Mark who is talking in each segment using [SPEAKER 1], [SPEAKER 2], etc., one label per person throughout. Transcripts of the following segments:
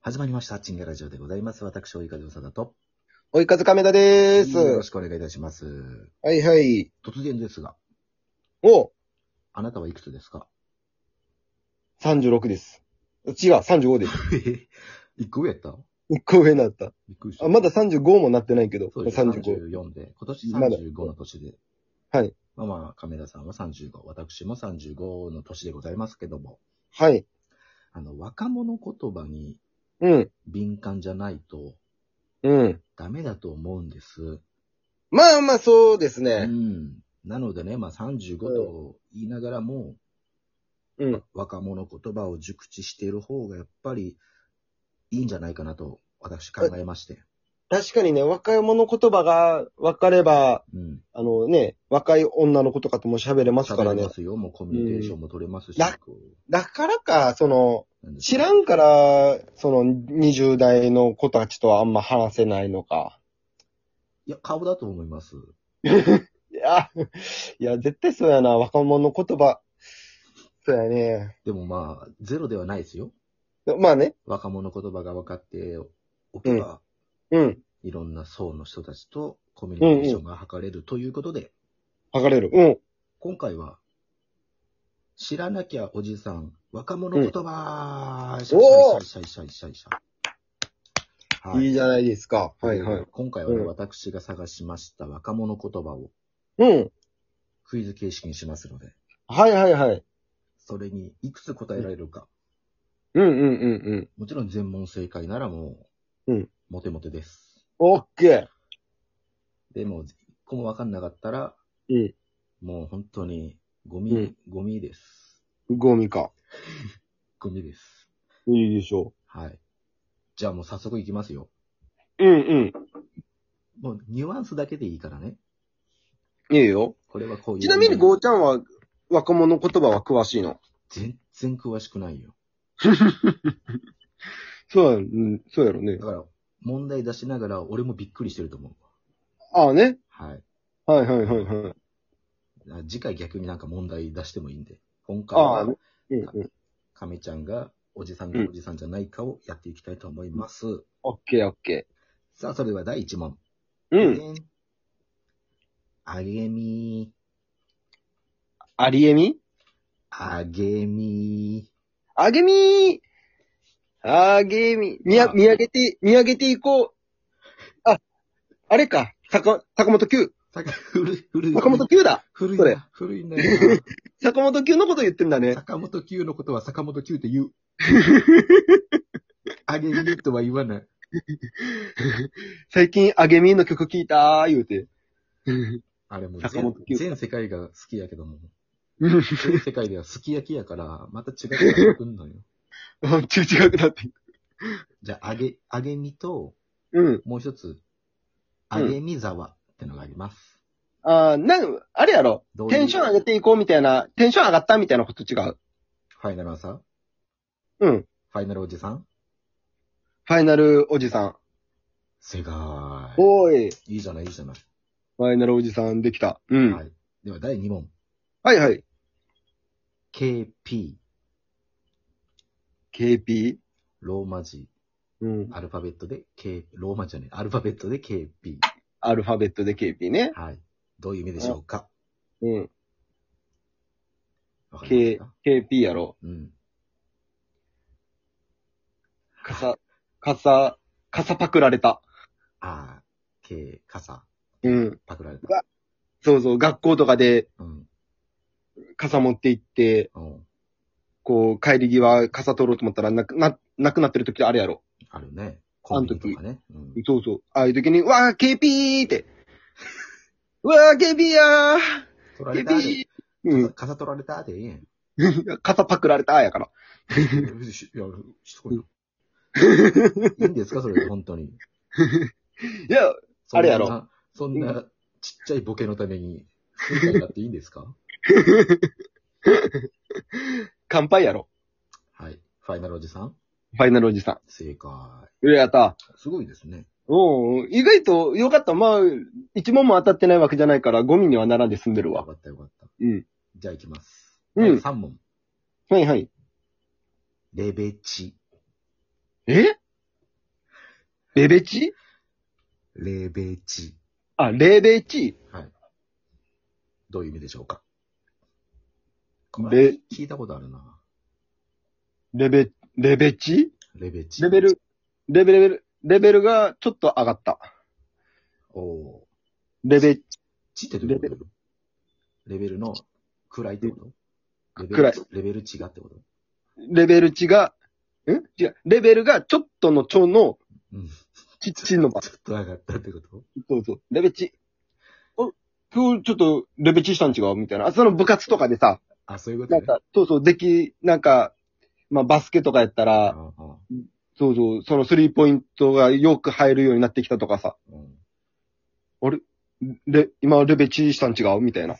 [SPEAKER 1] 始まりました。チンゲラジオでございます。私、及川でおさだと。
[SPEAKER 2] 追い風亀田でーす。
[SPEAKER 1] よろしくお願いいたします。
[SPEAKER 2] はいはい。
[SPEAKER 1] 突然ですが、
[SPEAKER 2] お
[SPEAKER 1] あなたはいくつです か
[SPEAKER 2] !36 です。違う、35です。
[SPEAKER 1] え一個上やった
[SPEAKER 2] 一個上になった。
[SPEAKER 1] びっくりした。
[SPEAKER 2] あ、まだ35もなってないけど、
[SPEAKER 1] そうです。
[SPEAKER 2] 35。
[SPEAKER 1] 34で、今年
[SPEAKER 2] まだ
[SPEAKER 1] 35の年で。
[SPEAKER 2] はい。
[SPEAKER 1] まあまあ、亀田さんは35、私も35の年でございますけども、
[SPEAKER 2] はい。
[SPEAKER 1] あの、若者言葉に
[SPEAKER 2] うん、
[SPEAKER 1] 敏感じゃないと
[SPEAKER 2] うん。
[SPEAKER 1] ダメだと思うんです。
[SPEAKER 2] まあまあ、そうです
[SPEAKER 1] う
[SPEAKER 2] ね。
[SPEAKER 1] ん。なのでね、まあ35と言いながらも、
[SPEAKER 2] うん。
[SPEAKER 1] 若者言葉を熟知している方がやっぱりいいんじゃないかなと私考えまして。
[SPEAKER 2] 確かにね、若い者言葉が分かれば、
[SPEAKER 1] うん。
[SPEAKER 2] あのね、若い女の子とかとも喋れますから
[SPEAKER 1] 喋れ
[SPEAKER 2] ね
[SPEAKER 1] ま。すよ。もうコミュニケーションも取れますし。
[SPEAKER 2] うん
[SPEAKER 1] こう
[SPEAKER 2] だからか、その、
[SPEAKER 1] なんです
[SPEAKER 2] 知
[SPEAKER 1] から
[SPEAKER 2] んから、その、20代の子たちとはあんま話せないのか。
[SPEAKER 1] いや、顔だと思います。
[SPEAKER 2] いや、 いや、絶対そうやな。若者言葉。そうやね。
[SPEAKER 1] でもまあ、ゼロではないですよ。
[SPEAKER 2] まあね。
[SPEAKER 1] 若者言葉が分かっておけば、
[SPEAKER 2] うん。
[SPEAKER 1] いろんな層の人たちとコミュニケーションが図れるということで、
[SPEAKER 2] 測れる。うん。
[SPEAKER 1] 今回は、知らなきゃおじさん、若者言葉、シャイ
[SPEAKER 2] おー
[SPEAKER 1] シャイシャイシャイシャイシャイシャイ。
[SPEAKER 2] いいじゃないですか。はいはい。
[SPEAKER 1] 今回はね、
[SPEAKER 2] うん
[SPEAKER 1] 私が探しました若者言葉を
[SPEAKER 2] うん。
[SPEAKER 1] クイズ形式にしますので、
[SPEAKER 2] はいはいはい。
[SPEAKER 1] それにいくつ答えられるか。
[SPEAKER 2] うんうんうんうん。
[SPEAKER 1] もちろん全問正解ならもう、
[SPEAKER 2] うん
[SPEAKER 1] モテモテです。
[SPEAKER 2] オッケ
[SPEAKER 1] でも、一個もわかんなかったら、
[SPEAKER 2] うん
[SPEAKER 1] もう本当に、ゴミ、
[SPEAKER 2] うん
[SPEAKER 1] ゴミです。
[SPEAKER 2] ー。ゴミか。
[SPEAKER 1] ゴミです。
[SPEAKER 2] いいでしょ
[SPEAKER 1] はい。じゃあもう早速いきますよ。
[SPEAKER 2] う。うん
[SPEAKER 1] もうニュアンスだけでいいからね。
[SPEAKER 2] うん。いいよ。
[SPEAKER 1] これはこういう。
[SPEAKER 2] ちなみにゴーちゃんは若者言葉は詳しいの
[SPEAKER 1] 全然詳しくないよ。
[SPEAKER 2] そうや、うん、そうやろね
[SPEAKER 1] だ。から、問題出しながら俺もびっくりしてると思う。
[SPEAKER 2] ああね。
[SPEAKER 1] はい。
[SPEAKER 2] はいはいはいはい。
[SPEAKER 1] あ次回逆になんか問題出してもいいんで、今回
[SPEAKER 2] ああ
[SPEAKER 1] は
[SPEAKER 2] ね。うんうん。
[SPEAKER 1] 亀ちゃんがおじさん
[SPEAKER 2] う
[SPEAKER 1] か
[SPEAKER 2] ん
[SPEAKER 1] おじさんじゃないかをやっていきたいと思います。
[SPEAKER 2] オッケーオッケ
[SPEAKER 1] さあ、それでは第1問。
[SPEAKER 2] ー。うん。。
[SPEAKER 1] あげみ
[SPEAKER 2] ありえみ
[SPEAKER 1] あげみ
[SPEAKER 2] あげみーあげみ見
[SPEAKER 1] あ
[SPEAKER 2] や、見上げて、見上げていこう。あ、あれか。坂、坂本九。
[SPEAKER 1] さ古い、古い。
[SPEAKER 2] 坂本九だ。
[SPEAKER 1] 古い
[SPEAKER 2] それ
[SPEAKER 1] な。古いんだよ
[SPEAKER 2] 坂本九のこと言ってんだ
[SPEAKER 1] な。
[SPEAKER 2] ね。
[SPEAKER 1] 坂本九のことは坂本九って 言う。あげみとは言わない。
[SPEAKER 2] 最近、あげみーの曲聞いたー、言うて。
[SPEAKER 1] あれもう
[SPEAKER 2] 坂
[SPEAKER 1] 全
[SPEAKER 2] 本九
[SPEAKER 1] 全世界が好きやけども。全世界ではすき焼きやから、また違うのくんのよ。
[SPEAKER 2] ち違くなって。
[SPEAKER 1] じゃあ、あげ、あげみと、
[SPEAKER 2] うん。
[SPEAKER 1] もう一つ、あ
[SPEAKER 2] うん
[SPEAKER 1] げみ沢ってのがあります。
[SPEAKER 2] あーなん、あれやろ。
[SPEAKER 1] どういう
[SPEAKER 2] テンション上げていこうみたいな、テンション上がったみたいなこと違う。
[SPEAKER 1] ファイナルアンサー
[SPEAKER 2] うん。
[SPEAKER 1] ファイナルおじさん
[SPEAKER 2] ファイナルおじさん。
[SPEAKER 1] 正解。
[SPEAKER 2] おーい。フ
[SPEAKER 1] いいじゃない、いいじゃない。
[SPEAKER 2] ァイナルおじさんできた。うん。
[SPEAKER 1] はい。では、第2問。
[SPEAKER 2] はいはい。
[SPEAKER 1] KP、
[SPEAKER 2] KP?
[SPEAKER 1] ローマ字、
[SPEAKER 2] うん。
[SPEAKER 1] アルファベットで K、ローマ字じゃない、アルファベットで KP。
[SPEAKER 2] アルファベットで KP ね。
[SPEAKER 1] はい。どういう意味でしょうか
[SPEAKER 2] うん。
[SPEAKER 1] わかり
[SPEAKER 2] K
[SPEAKER 1] ますか、
[SPEAKER 2] KP やろ。
[SPEAKER 1] うん。
[SPEAKER 2] かさ、かさ、かさパクられた。
[SPEAKER 1] あー、K、傘、
[SPEAKER 2] うん。
[SPEAKER 1] パクられた。
[SPEAKER 2] そうそう、学校とかで
[SPEAKER 1] うん。
[SPEAKER 2] 傘持って行って、
[SPEAKER 1] うん。
[SPEAKER 2] こう、帰り際傘取ろうと思ったら、なくな、なくなってる時あるやろ。
[SPEAKER 1] あるね。コンビニとかね。うん。
[SPEAKER 2] そうそう。ああいう時に、わー、KP ーって。 うわー、KP やー
[SPEAKER 1] 取られた
[SPEAKER 2] !KP!
[SPEAKER 1] で、
[SPEAKER 2] うん。
[SPEAKER 1] 傘取られたでええやん。
[SPEAKER 2] 傘パクられたやから。
[SPEAKER 1] いや、しいやしつこいな。いいんですかそれで、本当に。
[SPEAKER 2] いや、あれやろ
[SPEAKER 1] そんな。そんなちっちゃいボケのために、正解だっていいんですか
[SPEAKER 2] 乾杯やろ。
[SPEAKER 1] はい。ファイナルおじさん
[SPEAKER 2] ファイナルおじさ
[SPEAKER 1] 正解。
[SPEAKER 2] ん。うわやった。
[SPEAKER 1] すごいですね。
[SPEAKER 2] うん。意外と良かった。まあ、一問も当たってないわけじゃないから、ゴミにはならんで済んでる
[SPEAKER 1] よ
[SPEAKER 2] わ
[SPEAKER 1] か。ったよかった。
[SPEAKER 2] うん。
[SPEAKER 1] じゃあ行きます。
[SPEAKER 2] うん
[SPEAKER 1] 3問。
[SPEAKER 2] はいはい。
[SPEAKER 1] レベチ。
[SPEAKER 2] えレベチ
[SPEAKER 1] レベチ。
[SPEAKER 2] あ、レベチ
[SPEAKER 1] はい。どういう意味でしょうか。
[SPEAKER 2] レ、
[SPEAKER 1] 聞いたことあるな。
[SPEAKER 2] レベ、レベチ
[SPEAKER 1] レベチ。
[SPEAKER 2] レベ。ル、レベル、レベルがちょっと上がった。
[SPEAKER 1] おお。
[SPEAKER 2] レベ、
[SPEAKER 1] チってどういうことレベルの位ってことレベル
[SPEAKER 2] 位。
[SPEAKER 1] レベル違ってこと
[SPEAKER 2] レベル値が、ん違う。レベルがちょっとのちょの
[SPEAKER 1] うん、
[SPEAKER 2] ちっちのば。
[SPEAKER 1] ちょっと上がったってこと
[SPEAKER 2] そうそう。レベチ。お、今日ちょっとレベチしたん違うみたいな。あその部活とかでさ、
[SPEAKER 1] あ、そういうこと
[SPEAKER 2] な
[SPEAKER 1] ね
[SPEAKER 2] ん。か、そうそう、でき、なんか、まあバスケとかやった
[SPEAKER 1] あ
[SPEAKER 2] ら、
[SPEAKER 1] あ
[SPEAKER 2] そうそう、そのスリーポイントがよく入るようになってきたとかさ、
[SPEAKER 1] うん
[SPEAKER 2] レ、今レベチしたん違うみたいな。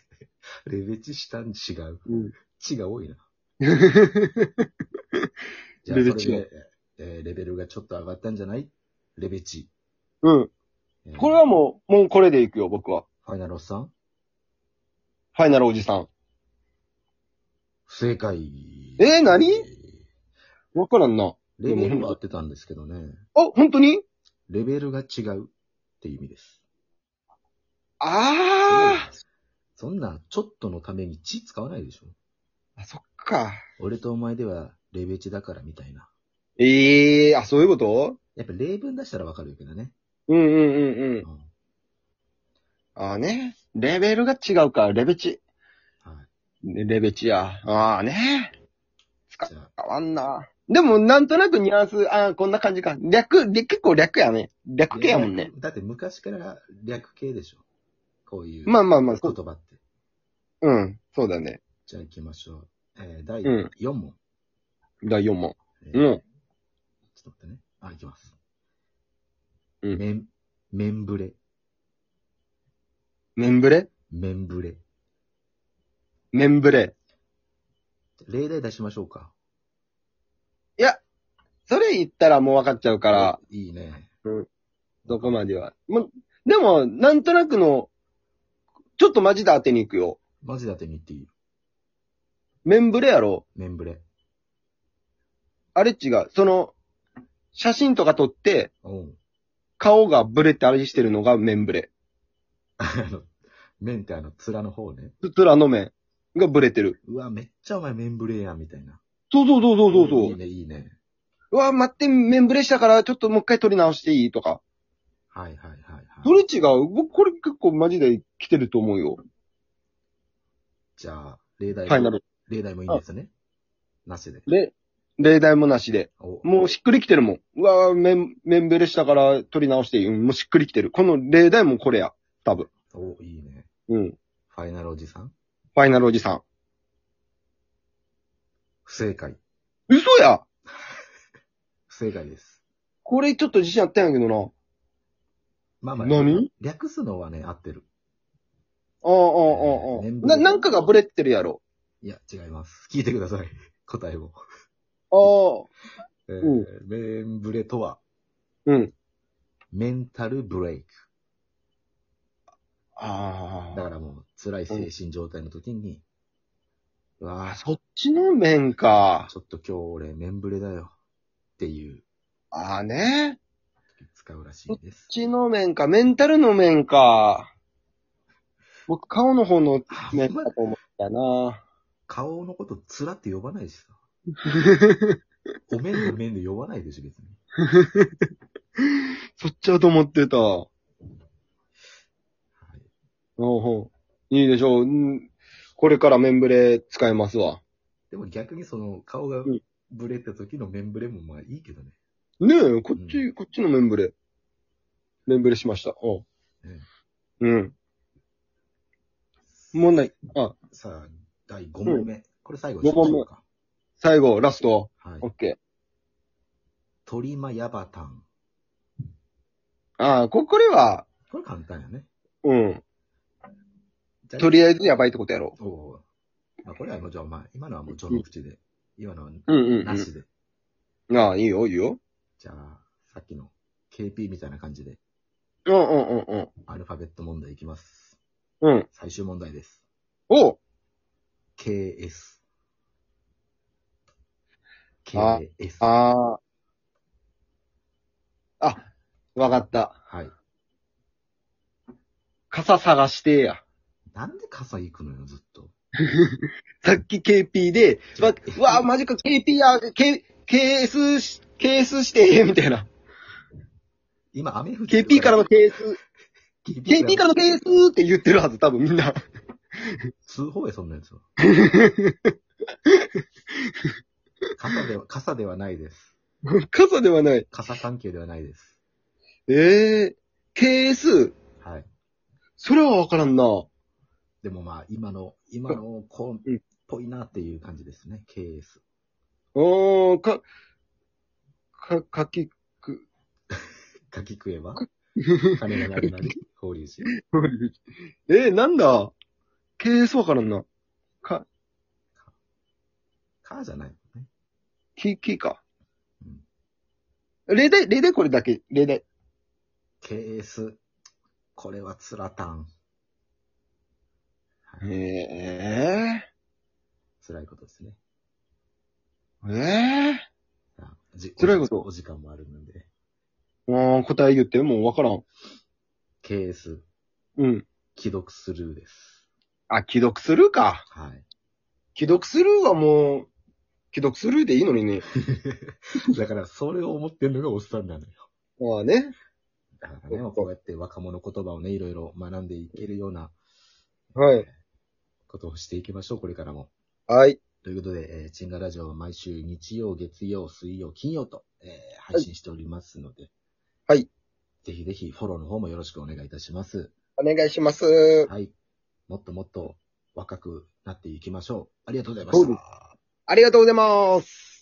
[SPEAKER 1] レベチしたん違う。
[SPEAKER 2] うん。
[SPEAKER 1] 地が多いな。じゃあ
[SPEAKER 2] レベ
[SPEAKER 1] そ
[SPEAKER 2] チ
[SPEAKER 1] れで、えーレベルがちょっと上がったんじゃないレベチ。
[SPEAKER 2] うん。
[SPEAKER 1] えー
[SPEAKER 2] これはもう、もうこれでいくよ、僕は。
[SPEAKER 1] ファイナルおっさん
[SPEAKER 2] ファイナルおじさん。
[SPEAKER 1] 不正解。
[SPEAKER 2] えー何わからんな。あ、
[SPEAKER 1] レベルは合ってたんですけどね。
[SPEAKER 2] 本当に
[SPEAKER 1] レベルが違うっていう意味です。
[SPEAKER 2] あ
[SPEAKER 1] そんな、ちょっとのために地使わないでしょ。
[SPEAKER 2] ーあ、そっか。
[SPEAKER 1] 俺とお前ではレベチだからみたいな。
[SPEAKER 2] ええー、あ、そういうこと
[SPEAKER 1] やっぱ例文出したらわかるけどね。
[SPEAKER 2] うんうんうんう。
[SPEAKER 1] うんん。
[SPEAKER 2] あーね。レベルが違うから、レベチ。
[SPEAKER 1] はい。
[SPEAKER 2] ねレベチや。ああね。
[SPEAKER 1] じゃ
[SPEAKER 2] 変わんな。でも、なんとなくニュアンス、ああ、こんな感じか。略、で、結構略やね。
[SPEAKER 1] あ。
[SPEAKER 2] 略系やもんね。
[SPEAKER 1] だって昔から略形でしょ。こういう。
[SPEAKER 2] まあまあまあ、そ
[SPEAKER 1] 言
[SPEAKER 2] う、
[SPEAKER 1] 葉って。
[SPEAKER 2] うん、そうだね。
[SPEAKER 1] じゃあ行きましょう。えー、第
[SPEAKER 2] うん
[SPEAKER 1] 4問。
[SPEAKER 2] 第4問。
[SPEAKER 1] えー
[SPEAKER 2] うん。
[SPEAKER 1] ちょっと待ってね。あ、行きます。
[SPEAKER 2] うん
[SPEAKER 1] メン、メンブレ。
[SPEAKER 2] メンブレ
[SPEAKER 1] メンブレ。
[SPEAKER 2] メンブレ。
[SPEAKER 1] 例題出しましょうか。
[SPEAKER 2] それ言ったらもう分かっちゃうから、。
[SPEAKER 1] いいね。
[SPEAKER 2] どこまでは。もうでも、なんとなくの、ちょっとマジで当てに行くよ。
[SPEAKER 1] マジで当てに行っていい
[SPEAKER 2] メンブレやろ
[SPEAKER 1] メンブレ。
[SPEAKER 2] あれ違う。その、写真とか撮って、
[SPEAKER 1] おう。
[SPEAKER 2] 顔がブレってあれしてるのがメンブレ。
[SPEAKER 1] あの、メンってあの、面の方ね。
[SPEAKER 2] つつらの面がブレてる。
[SPEAKER 1] うわ、めっちゃお前メンブレやん、みたいな。
[SPEAKER 2] そうそうそうそうそうそう。
[SPEAKER 1] いいね、いいね。
[SPEAKER 2] うわ、待って、メンブレしたから、ちょっともう一回撮り直していいとか。
[SPEAKER 1] はいはいはい
[SPEAKER 2] ど
[SPEAKER 1] はい。
[SPEAKER 2] れ違う僕、これ結構マジで来てると思うよ。
[SPEAKER 1] じゃあ、例
[SPEAKER 2] フ
[SPEAKER 1] 題
[SPEAKER 2] ァイナル。
[SPEAKER 1] 例題もいいんですよね。なしで。
[SPEAKER 2] で、例題もなしで。
[SPEAKER 1] お
[SPEAKER 2] もうしっくりきてるもん。うわ、メン、メンブレしたから撮り直していい。うんもうしっくりきてる。この例題もこれや。多分。
[SPEAKER 1] お、いいね。
[SPEAKER 2] うん。フ
[SPEAKER 1] ファイナルおじさん
[SPEAKER 2] ァイナルおじさん。
[SPEAKER 1] 不正解。
[SPEAKER 2] 嘘や
[SPEAKER 1] 不正解です。
[SPEAKER 2] これちょっと自信あったんやけどな。
[SPEAKER 1] まあまあ、
[SPEAKER 2] 何
[SPEAKER 1] 略すのはね、合ってる。
[SPEAKER 2] ああ、ああ、あ
[SPEAKER 1] メンブレ
[SPEAKER 2] あ。な、なんかがブレってるやろ。
[SPEAKER 1] いや、違います。聞いてください。 答えを。
[SPEAKER 2] ああ、
[SPEAKER 1] えー
[SPEAKER 2] うん
[SPEAKER 1] メンブレとは、
[SPEAKER 2] うん。
[SPEAKER 1] メンタルブレイク。
[SPEAKER 2] あ
[SPEAKER 1] だからもう、辛い精神状態の時に、う
[SPEAKER 2] あ。あ
[SPEAKER 1] わ
[SPEAKER 2] そっちの面か
[SPEAKER 1] ぁ、。ちょっと今日俺、メンブレだよ。っていう、
[SPEAKER 2] ああね。
[SPEAKER 1] 使うらしいです。
[SPEAKER 2] 血の面か、メンタルの面か。僕、顔の方の
[SPEAKER 1] あ
[SPEAKER 2] 面だと思ったな。
[SPEAKER 1] 顔のこと、つらって呼ばないしさ。お面の面で呼ばないでしょ、別に。
[SPEAKER 2] そっちだと思ってた。
[SPEAKER 1] は
[SPEAKER 2] ほ
[SPEAKER 1] い、
[SPEAKER 2] うほういいでしょう。うんこれからメンブレ使いますわ。
[SPEAKER 1] でも逆にその、顔が
[SPEAKER 2] うん
[SPEAKER 1] ブレた時のメンブレもまあいいけどね。
[SPEAKER 2] ねえ、こっち、
[SPEAKER 1] う
[SPEAKER 2] こっちのメンブレ。メンブレしました。おう
[SPEAKER 1] ね
[SPEAKER 2] うん。問題。あ、
[SPEAKER 1] さあ、第5問目。これ最後
[SPEAKER 2] 五問目
[SPEAKER 1] ょうか。
[SPEAKER 2] 最後、ラスト。
[SPEAKER 1] はい
[SPEAKER 2] オッ。ケー。
[SPEAKER 1] 鳥間ヤバタン。
[SPEAKER 2] ああ、こ、これは、
[SPEAKER 1] これ簡単やね。
[SPEAKER 2] うん。
[SPEAKER 1] じゃ
[SPEAKER 2] とりあえずやばいってことやろ。
[SPEAKER 1] おうまあ、これはもうじゃあ、まあ、今のはもう序の口で。今のは
[SPEAKER 2] うんうん、
[SPEAKER 1] なしで。
[SPEAKER 2] うん。ああ、いいよ、いいよ。
[SPEAKER 1] じゃあ、さっきの KP みたいな感じで、
[SPEAKER 2] うんうんうんうん。
[SPEAKER 1] アルファベット問題いきます。
[SPEAKER 2] うん。
[SPEAKER 1] 最終問題です。
[SPEAKER 2] おう
[SPEAKER 1] KS。
[SPEAKER 2] あ
[SPEAKER 1] KS。
[SPEAKER 2] ああ。あ、わかった。
[SPEAKER 1] はい。
[SPEAKER 2] 傘探してや。
[SPEAKER 1] なんで傘行くのよ、ずっと。
[SPEAKER 2] さっき KP で、わ、うわ、マジか KP や、K、KS し、KS して、みたいな。
[SPEAKER 1] 今、雨降ってる
[SPEAKER 2] KP からの KS、
[SPEAKER 1] KP
[SPEAKER 2] KP からの KS って言ってるはず、多分みんな。
[SPEAKER 1] 通報や、そんなやつ は。傘では、傘ではないです。
[SPEAKER 2] 傘ではない。
[SPEAKER 1] 傘関係ではないです。
[SPEAKER 2] ええ KS、
[SPEAKER 1] はい。
[SPEAKER 2] それはわからんな。
[SPEAKER 1] でもまあ、今の、今の子っ
[SPEAKER 2] うん
[SPEAKER 1] ぽいなっていう感じですね、KS。
[SPEAKER 2] おー、か、か、かき、
[SPEAKER 1] かき食えば、金がなくな り、法隆寺。
[SPEAKER 2] えー、なんだ ?KS わからんな。か、
[SPEAKER 1] かじゃないよね。
[SPEAKER 2] き、きか。例題、例題これだけ、例題。
[SPEAKER 1] KS。これはツラタン。
[SPEAKER 2] え
[SPEAKER 1] はい
[SPEAKER 2] え
[SPEAKER 1] 辛いことですね。
[SPEAKER 2] ええ
[SPEAKER 1] あじ
[SPEAKER 2] 辛いこと
[SPEAKER 1] お時間もあるので。
[SPEAKER 2] もう答え言って、もうわからん。
[SPEAKER 1] KS、
[SPEAKER 2] うん。
[SPEAKER 1] 既読スルーです。
[SPEAKER 2] あ、既読するか。
[SPEAKER 1] はい。
[SPEAKER 2] 既読するはもう、既読するでいいのにね。
[SPEAKER 1] だから、それを思ってるのがおっさんなのよ。
[SPEAKER 2] まあね。
[SPEAKER 1] だからね、こうやって若者言葉をね、いろいろ学んでいけるような
[SPEAKER 2] はい。
[SPEAKER 1] ことをしていきましょう、これからも。
[SPEAKER 2] はい。
[SPEAKER 1] ということで、えー、チンガラジオは毎週日曜、月曜、水曜、金曜と、えー配信しておりますので。
[SPEAKER 2] はい。
[SPEAKER 1] ぜひぜひフォローの方もよろしくお願いいたします。
[SPEAKER 2] お願いします。
[SPEAKER 1] はい。もっともっと若くなっていきましょう。ありがとうございま
[SPEAKER 2] そ
[SPEAKER 1] し
[SPEAKER 2] うで
[SPEAKER 1] た。
[SPEAKER 2] ありがとうございます。